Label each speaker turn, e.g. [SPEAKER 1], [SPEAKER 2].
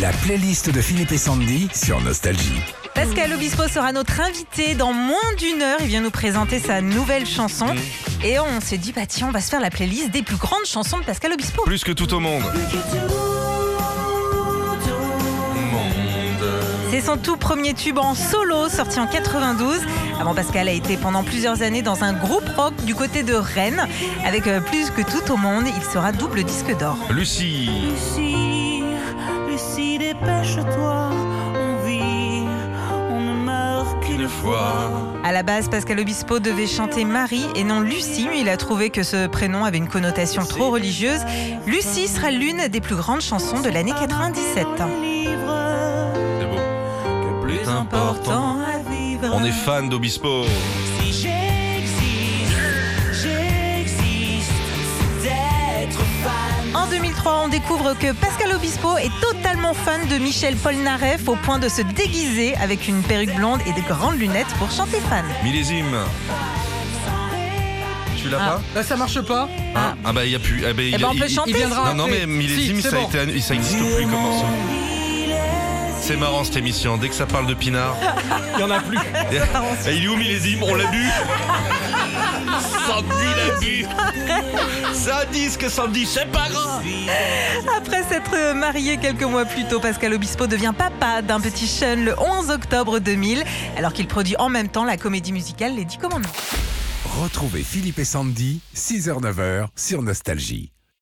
[SPEAKER 1] La playlist de Philippe et Sandy sur Nostalgie.
[SPEAKER 2] Pascal Obispo sera notre invité dans moins d'une heure. Il vient nous présenter sa nouvelle chanson. Et on s'est dit, bah tiens, on va se faire la playlist des plus grandes chansons de Pascal Obispo.
[SPEAKER 3] Plus que tout au monde.
[SPEAKER 2] C'est son tout premier tube en solo, sorti en 92. Avant, Pascal a été pendant plusieurs années dans un groupe rock du côté de Rennes. Avec euh, plus que tout au monde, il sera double disque d'or.
[SPEAKER 3] Lucie.
[SPEAKER 4] Lucie, Lucie, dépêche-toi, on vit, on ne meurt qu'une fois.
[SPEAKER 2] À la base, Pascal Obispo devait chanter Marie et non Lucie. mais Il a trouvé que ce prénom avait une connotation trop religieuse. Lucie sera l'une des plus grandes chansons de l'année 97.
[SPEAKER 4] Livre
[SPEAKER 3] C'est beau.
[SPEAKER 4] le plus important à vivre.
[SPEAKER 3] On est fan d'Obispo.
[SPEAKER 4] Si j'existe, j'existe, c'est d'être fan.
[SPEAKER 2] En 2003, on découvre que Pascal Obispo est totalement fan de Michel Polnareff au point de se déguiser avec une perruque blonde et des grandes lunettes pour chanter fan.
[SPEAKER 3] Millésime. Tu l'as
[SPEAKER 2] Ah.
[SPEAKER 3] pas
[SPEAKER 5] Là, Bah, ça marche pas. Eh
[SPEAKER 3] ah. ah bah il y a plus. Ah bah, il,
[SPEAKER 2] ben, on
[SPEAKER 3] il-
[SPEAKER 2] peut
[SPEAKER 3] il-
[SPEAKER 2] chanter.
[SPEAKER 5] Il viendra.
[SPEAKER 3] Non non
[SPEAKER 5] après.
[SPEAKER 3] mais millésime
[SPEAKER 5] Si, c'est
[SPEAKER 3] ça, a
[SPEAKER 5] bon.
[SPEAKER 3] été annu- ça existe plus comme morceau. C'est marrant cette émission. Dès que ça parle de Pinard,
[SPEAKER 5] Il y en a plus.
[SPEAKER 3] Et il est où millésime On l'a bu Samedi l'a bu Ça dit ce que samedi, c'est pas grave
[SPEAKER 2] Après s'être marié quelques mois plus tôt, Pascal Obispo devient papa d'un petit Sean le 11 octobre 2000, alors qu'il produit en même temps la comédie musicale Les Dix Commandements.
[SPEAKER 1] Retrouvez Philippe et Sandy, 6h-9h sur Nostalgie.